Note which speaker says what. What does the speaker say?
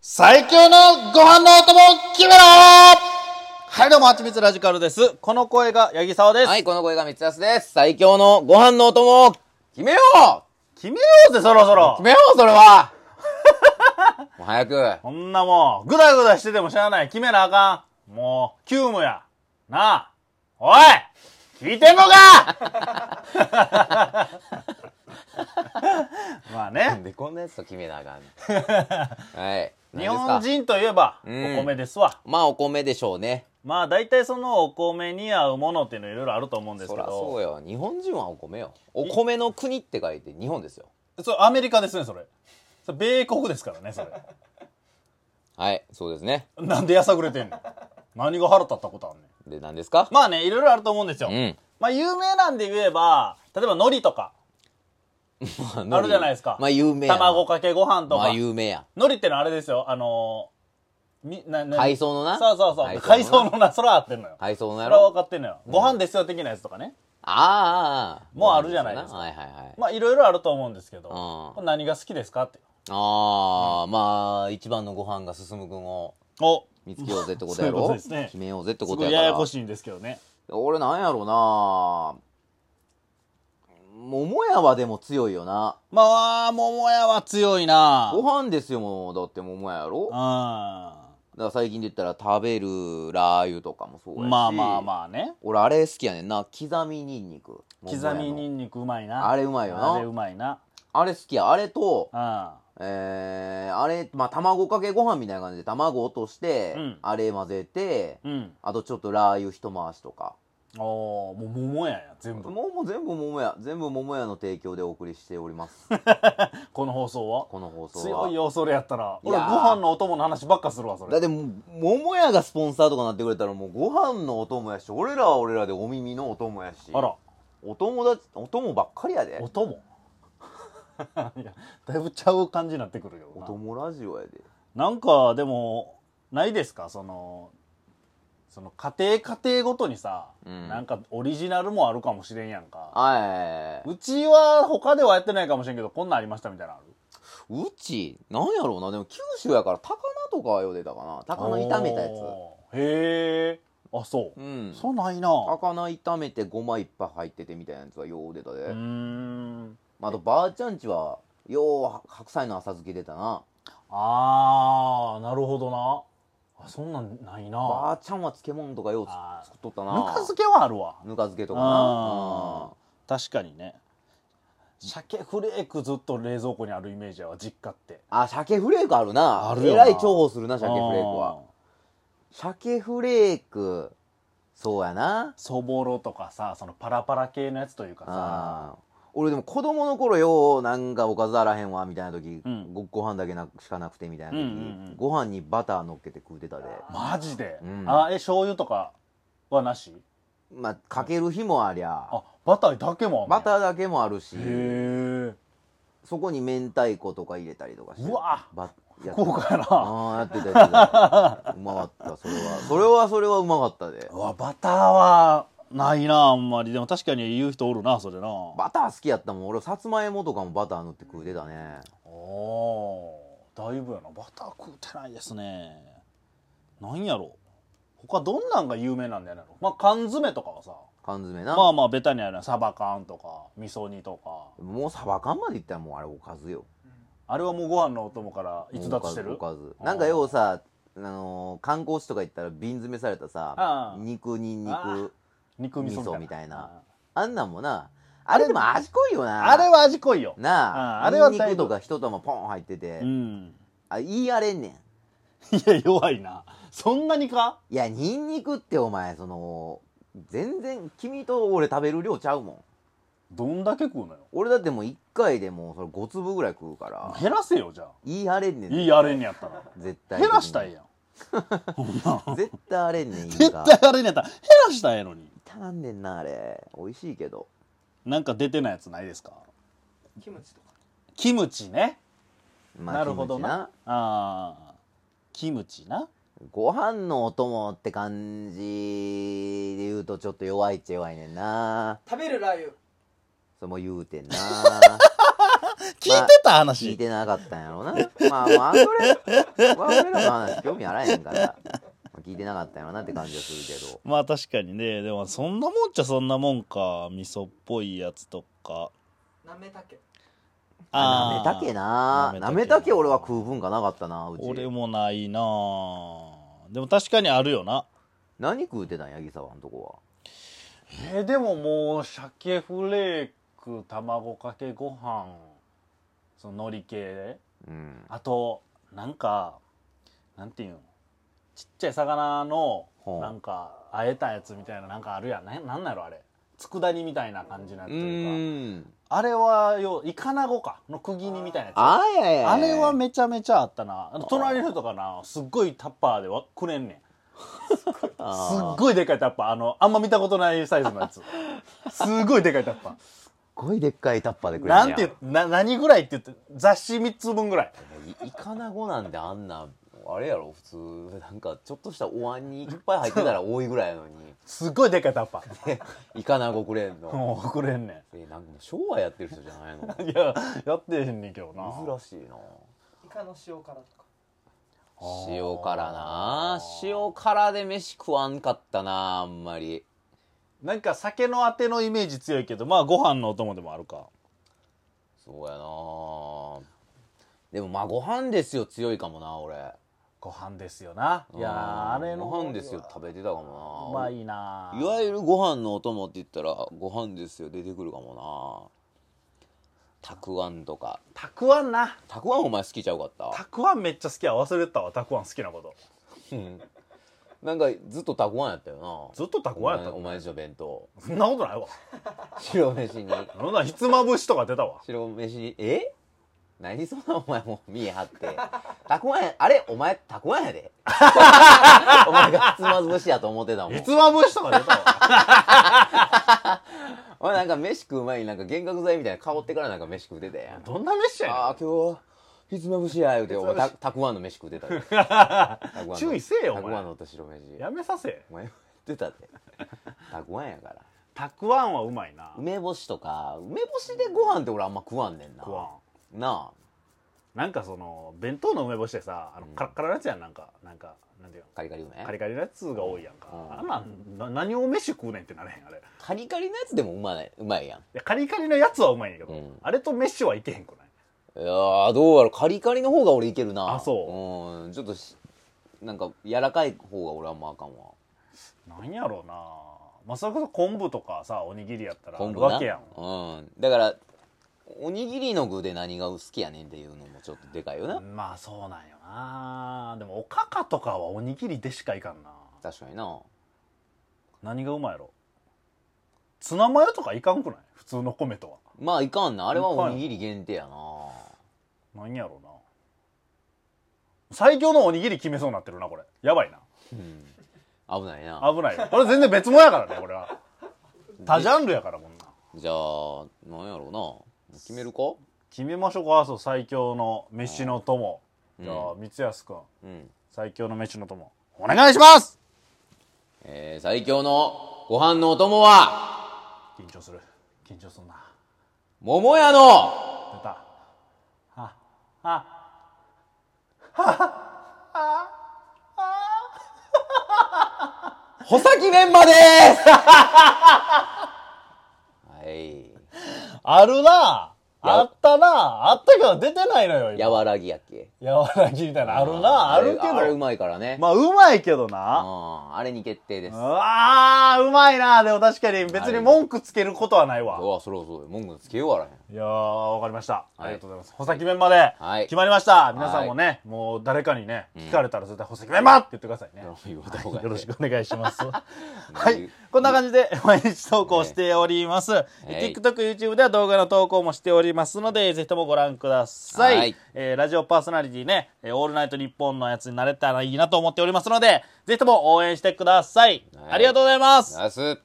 Speaker 1: 最強のご飯のお供決めろはい、どうも、はちみつラジカルです。この声が八木沢です。
Speaker 2: はい、この声が三つ安です。最強のご飯のお供を決めよう
Speaker 1: 決めようぜ、そろそろ
Speaker 2: 決。めよう、それ はもう早く。
Speaker 1: こんなもう、ぐだぐだしてても知らない。決めなあかん。もう、急務や。なあ。おい聞いてんのか ま
Speaker 2: な
Speaker 1: あね
Speaker 2: ん。でこんなやつと決めなあかんのはい。
Speaker 1: 日本
Speaker 2: 何ですか
Speaker 1: 人といえば、お
Speaker 2: うん
Speaker 1: 米ですわ。
Speaker 2: まあお米でしょうね。
Speaker 1: まあ、大体そのお米に合うものっていうのいろいろあると思うんです
Speaker 2: そ
Speaker 1: け
Speaker 2: らそ
Speaker 1: ど。
Speaker 2: うよ。日本人はお米よ。お米の国って書いて日本ですよ。
Speaker 1: それアメリカですね、それ。それ米国ですからね、それ。
Speaker 2: はい、そうですね。
Speaker 1: なんでやさぐれてんの何が腹立ったことあんねん。
Speaker 2: で、何ですか
Speaker 1: まあね、いろいろあると思うんですよ。
Speaker 2: うん。
Speaker 1: まあ有名なんで言えば、例えば海苔とか、あるじゃないですか
Speaker 2: まあ有名やな。
Speaker 1: 卵かけご飯と
Speaker 2: ま
Speaker 1: か、
Speaker 2: あ
Speaker 1: 海
Speaker 2: 有名や。
Speaker 1: 苔ってのはあれですよ、あのー、み、な、な、
Speaker 2: 海藻のな。
Speaker 1: そうそうそう、海藻のな、それは合ってんのよ。
Speaker 2: 海藻の
Speaker 1: そ
Speaker 2: や
Speaker 1: れは分
Speaker 2: ろ。
Speaker 1: かってんのよ。ご飯ですよ的なやつとかね。
Speaker 2: ああああ。
Speaker 1: もうあるじゃないですか
Speaker 2: はいはいはい。
Speaker 1: まあいろいろあると思うんですけど、
Speaker 2: うん
Speaker 1: これ何が好きですかって。
Speaker 2: ああ、まあ、一番のご飯が進む君を
Speaker 1: お
Speaker 2: 見つけようぜってことや
Speaker 1: そういうこと
Speaker 2: ろ
Speaker 1: ですね
Speaker 2: 決めようぜって
Speaker 1: す
Speaker 2: こと
Speaker 1: ご
Speaker 2: や
Speaker 1: い
Speaker 2: か
Speaker 1: や
Speaker 2: ら。
Speaker 1: やこしいんですけどね。
Speaker 2: 俺なんやろうな桃屋はでも強いよな。
Speaker 1: まあ、桃屋は強いな
Speaker 2: ご飯ですよ、もう。だって桃屋やろだか
Speaker 1: あ
Speaker 2: ら最近で言ったら食べるラー油とかもそうやし。
Speaker 1: まあまあまあね。
Speaker 2: 俺あれ好きやねんな。刻みニンニク。桃屋
Speaker 1: 刻
Speaker 2: の
Speaker 1: みにんにくうまいな。
Speaker 2: あれうまいよな
Speaker 1: あれうまいな。
Speaker 2: あれ好きや。あれと、
Speaker 1: う
Speaker 2: えー、あれ、まあ卵かけご飯みたいな感じで卵落として、
Speaker 1: うん
Speaker 2: あれ混ぜて、
Speaker 1: ん。うん。
Speaker 2: あとちょっとラー油一回しとか。
Speaker 1: おー、もう桃屋や、全部。
Speaker 2: もうもう全部桃屋全部桃屋の提供でお送りしております
Speaker 1: この放送は。
Speaker 2: この放送は
Speaker 1: 強いよ、それやったら。
Speaker 2: い
Speaker 1: 俺、
Speaker 2: や
Speaker 1: ご
Speaker 2: ー
Speaker 1: 飯のお供の話ばっかするわ、そ
Speaker 2: だっ
Speaker 1: れ。
Speaker 2: てもう桃屋がスポンサーとかなってくれたらもうご飯のお供やし俺らは俺らでお耳のお供やし
Speaker 1: あら、
Speaker 2: お友達お供ばっかりやで
Speaker 1: お供 いや、だいぶちゃう感じになってくるよ
Speaker 2: お供ラジオやで
Speaker 1: な。なんか、でも、ないですかその、その家庭家庭ごとにさ、
Speaker 2: うん
Speaker 1: なんかオリジナルもあるかもしれんやんか。
Speaker 2: はいう
Speaker 1: ちは他ではやってないかもしれんけど、こんなんありましたみたいなのある
Speaker 2: うちなんやろうなでも九州やから高菜とかはよ出たかな高菜炒めたやつ
Speaker 1: おーへえ。あ、そう
Speaker 2: う。ん
Speaker 1: そうないな。う
Speaker 2: 高菜炒めてごまいっぱい入っててみたいなやつはよう出たで、
Speaker 1: ーん。
Speaker 2: まああとばあちゃんちはよう白菜の浅漬け出たな
Speaker 1: あーなるほどなあそんなんないな
Speaker 2: ばあちゃんは漬物とかようつ
Speaker 1: あー
Speaker 2: 作っとったな
Speaker 1: ぬか漬けはあるわ
Speaker 2: ぬか漬けとか
Speaker 1: あ
Speaker 2: な
Speaker 1: 確かにね鮭フレークずっと冷蔵庫にあるイメージやわ実家って
Speaker 2: あ鮭フレークあるな
Speaker 1: あるよな
Speaker 2: えらい重宝するな鮭フレークは
Speaker 1: うん
Speaker 2: 鮭フレークそうやな
Speaker 1: そぼろとかさそのパラパラ系のやつというかさ
Speaker 2: あー俺でも子供の頃ようなんかおかずあらへんわみたいな時、
Speaker 1: うん
Speaker 2: ごご飯だけなしかなくてみたいな時、
Speaker 1: うんうんうん
Speaker 2: ご飯にバター乗っけて食うてたで
Speaker 1: マジで、
Speaker 2: うん
Speaker 1: あえ醤油とかはなし
Speaker 2: まあかける日もありゃ
Speaker 1: あバターだけもあんね
Speaker 2: バターだけもあるし
Speaker 1: へえ
Speaker 2: そこに明太子とか入れたりとかして
Speaker 1: うわ
Speaker 2: ばやっ
Speaker 1: 福岡やな
Speaker 2: ああやってたやってたうまかったそれはそれはそれはうまかったで
Speaker 1: うわバターはないなあんまりでも確かに言う人おるなそれな
Speaker 2: バター好きやったもん俺さつまいもとかもバター塗って食うてたね
Speaker 1: おーだいぶやなバター食うてないですねなんやろ他どんなんが有名なんだよねまあ缶詰とかはさ
Speaker 2: 缶詰な、
Speaker 1: まあまあベタにあるなサバ缶とか味噌煮とか
Speaker 2: もうサバ缶までいったらもうあれおかずよ
Speaker 1: あれはもうご飯のお供から逸脱してる
Speaker 2: おかずおか
Speaker 1: あ
Speaker 2: ず
Speaker 1: ー
Speaker 2: なんかようさあのー観光地とか行ったら瓶詰めされた
Speaker 1: あ
Speaker 2: さ
Speaker 1: ー
Speaker 2: 肉にんに
Speaker 1: あー
Speaker 2: く
Speaker 1: 肉味噌み
Speaker 2: 味噌み
Speaker 1: た
Speaker 2: た
Speaker 1: い
Speaker 2: い
Speaker 1: な
Speaker 2: なあんなんもなあれでも味濃いよな
Speaker 1: あれは味濃いよ
Speaker 2: な
Speaker 1: あー
Speaker 2: あ
Speaker 1: あれは
Speaker 2: にん
Speaker 1: だい
Speaker 2: に
Speaker 1: ぶ
Speaker 2: くとか一玉ポン入ってて、
Speaker 1: うん
Speaker 2: あ言い荒れんねん
Speaker 1: いや弱いなそんなにか
Speaker 2: いやニンニクってお前その全然君と俺食べる量ちゃうもん
Speaker 1: どんだけ食うのよ
Speaker 2: 俺だってもう1回でもうそれ5粒ぐらい食うから
Speaker 1: 減らせよじゃあ
Speaker 2: 言い荒れんねん
Speaker 1: いいあれにやったら
Speaker 2: 絶対
Speaker 1: 減らしたい
Speaker 2: や
Speaker 1: や ん
Speaker 2: 絶対荒れん ねん言
Speaker 1: 絶
Speaker 2: いが
Speaker 1: 対あれにやったら減らしたいやのに
Speaker 2: たらんねんなあれ美味しいけど
Speaker 1: なんか出てないやつないですかキムチとかキムチね、
Speaker 2: まあ
Speaker 1: なるほど
Speaker 2: キム
Speaker 1: な
Speaker 2: チ
Speaker 1: あーキムチな
Speaker 2: ご飯のお供って感じで言うとちょっと弱いっちゃ弱いねんな
Speaker 3: 食べるラー油
Speaker 2: それも言うてんな
Speaker 3: 聞いてた
Speaker 2: 聞い
Speaker 3: 話。
Speaker 2: てなかったんやろうな。まあまあ、それ、まあ、俺らの話興味あらへんから、まあ聞いてなかったんやろうなって感じはするけど。
Speaker 3: まあ確かにね、でもそんなもんっちゃそんなもんか。味噌っぽいやつとか。
Speaker 4: なめたけ
Speaker 2: なめ
Speaker 3: ー
Speaker 2: たけな。な
Speaker 3: な
Speaker 2: め
Speaker 3: め
Speaker 2: た
Speaker 3: た
Speaker 2: け
Speaker 3: け
Speaker 2: 俺は食う文化なかったな、うち。
Speaker 3: 俺もないなぁでも確かにあるよな。
Speaker 2: 何食うてたん、八木沢のとこ
Speaker 1: えーでももう鮭フレーク卵かけご飯その海苔系で
Speaker 2: は。うん。
Speaker 1: あとなんかなんていうのちっちゃい魚の
Speaker 2: ほう
Speaker 1: なんかあえたやつみたいななんかあるやんななんなんやろあれ佃煮みたいな感じのやつ
Speaker 2: う
Speaker 1: というか
Speaker 2: ーん。
Speaker 1: あれはよイカナゴかの釘煮みたいなやつ
Speaker 2: あいやいやいや
Speaker 1: あれはめちゃめちゃあったなあの隣の人とかなすっごいタッパーでわくれんねん
Speaker 2: あ
Speaker 1: すっ
Speaker 2: ーすっ
Speaker 1: ごいでかいタッパーあのあんま見たことないサイズのや つすごいでかいタッパ
Speaker 2: ごいでっかいタッパーで
Speaker 1: ー
Speaker 2: くれんねや
Speaker 1: なんてな何ぐらいって言って雑誌3つ分ぐらい
Speaker 2: いイカナゴなんてあんなあれやろ普通なんかちょっとしたお椀にいっぱい入ってたら多いぐらいやのに
Speaker 1: すごいでかいタッパー
Speaker 2: イカナゴくれんの
Speaker 1: もうくれんね
Speaker 2: えなんかもう昭和やってる人じゃないの
Speaker 1: ん いややってへんねんけどな
Speaker 2: 珍しいな
Speaker 4: イカの塩辛とか
Speaker 2: 塩辛な塩辛で飯食わんかったなあんまり
Speaker 1: なんか酒のあてのイメージ強いけどまあご飯のお供でもあるか
Speaker 2: そうやなでもまあご飯ですよ強いかもな俺
Speaker 1: ご飯ですよないやーあれの
Speaker 2: ご
Speaker 1: 方
Speaker 2: 飯ですよ食べてたかも
Speaker 1: う
Speaker 2: な
Speaker 1: まいない
Speaker 2: わゆるご飯のお供って言ったらご飯ですよ出てくるかもなたくあんとか
Speaker 1: たくあんな
Speaker 2: たくあんお前好きちゃうかった
Speaker 1: たくあんめっちゃ好きや忘れてたわたくあん好きなこと
Speaker 2: なんかずっとたくあんやったよな
Speaker 1: ずっとた
Speaker 2: お
Speaker 1: くあんや
Speaker 2: 前
Speaker 1: った
Speaker 2: お前んちの弁当
Speaker 1: そんなことないわ
Speaker 2: 白飯に
Speaker 1: そんなひつまぶしとか出たわ
Speaker 2: 白飯にえ何そんなお前もう見え張ってたくあんやあれお前たくあんやで お前がひつまぶしやと思ってたもん
Speaker 1: ひつまぶしとか出たわ
Speaker 2: お前なんか飯食う前になんか幻覚剤みたいな香ってからなんか飯食うてたやん
Speaker 1: どんな飯やねん
Speaker 2: ああ今日はひつまぶしや言うてお前
Speaker 1: ひつ
Speaker 2: た
Speaker 1: まぶした
Speaker 2: くあんの飯食うてた でたくあんの
Speaker 1: 注意せえよお
Speaker 2: た
Speaker 1: 前
Speaker 2: くあんのと白飯
Speaker 1: やめさせ
Speaker 2: お前言ってたでたくあんやから
Speaker 1: たくあんはうまいな
Speaker 2: 梅干しとか梅干しでご飯って俺あんま食わんねんな
Speaker 1: たくあん
Speaker 2: なあ
Speaker 1: なんかその弁当の梅干しでさあの
Speaker 2: うん
Speaker 1: カラッカラのやつやんなんかなんかなんていうの
Speaker 2: カリカリ梅
Speaker 1: カリカリのやつが多いやんか、
Speaker 2: うん
Speaker 1: あんなんな何を飯食うねんってなれへんあれい
Speaker 2: カリカリのやつでもうまいうまいやん
Speaker 1: やカリカリのやつはうまいんやけど、
Speaker 2: うん
Speaker 1: あれと飯はいけへんくない
Speaker 2: いやーどうやろカリカリの方が俺いけるな
Speaker 1: あそう
Speaker 2: うんちょっとしなんか柔らかい方が俺あんまあかんわ
Speaker 1: なんやろうなまあそれこそ昆布とかさおにぎりやったらあ
Speaker 2: 昆布
Speaker 1: る
Speaker 2: な
Speaker 1: わけやん
Speaker 2: うんだからおにぎりの具で何が好きやねんっていうのもちょっとでかいよな、
Speaker 1: まあそうなんよなでもおかかとかはおにぎりでしかいかんな
Speaker 2: 確かにな
Speaker 1: 何がうまいやろツナマヨとかいかんくない普通の米と
Speaker 2: まあいかんなあれはおにぎり限定やな
Speaker 1: はなんやろうな最強のおにぎり決めそうになってるなこれやばいな
Speaker 2: うん危ないな
Speaker 1: 危ないよこれ全然別物やからねこれは多ジャンルやからこんなん
Speaker 2: じゃあなんやろうな決めるか
Speaker 1: 決めましょうかそう最強の飯の友
Speaker 2: うん
Speaker 1: じゃあ光安くん
Speaker 2: うん
Speaker 1: 最強の飯の友お願いします
Speaker 2: えー、最強のご飯のお供は
Speaker 1: 緊張する緊張すんな
Speaker 2: 桃屋 の
Speaker 1: 出たああ
Speaker 2: 穂先メンマです はい
Speaker 1: あるなあったなあったけど出てないのよ、今。
Speaker 2: 柔らぎやっけ
Speaker 1: 柔らぎみたいな。あるなあるけ
Speaker 2: あれう
Speaker 1: ど。
Speaker 2: まいからね、
Speaker 1: まあ、うまいけどな。
Speaker 2: うんあれに決定です
Speaker 1: うわあ、うまいなでも確かに別に文句つけることはないわ。
Speaker 2: うわそれはそうよ文句つけようがあらへん
Speaker 1: いやー、わかりました。
Speaker 2: はい
Speaker 1: ありがとうございます。穂先メンバーで、
Speaker 2: はい
Speaker 1: 決まりました。皆さんもね、もう誰かにね、聞かれたら絶対穂先メンバーって言ってくださいね。
Speaker 2: 言われた方がいい
Speaker 1: よろしくお願いし ます。は
Speaker 2: 言う
Speaker 1: い。こんな感じで毎日投稿しております。
Speaker 2: えい
Speaker 1: TikTok、YouTube では動画の投稿もしておりますので、ぜひともご覧ください。
Speaker 2: はい
Speaker 1: えーラジオパーソナリティね、えーオールナイト日本のやつになれたらいいなと思っておりますので、ぜひとも応援してください。
Speaker 2: はい
Speaker 1: ありがとうございます。
Speaker 2: ナイス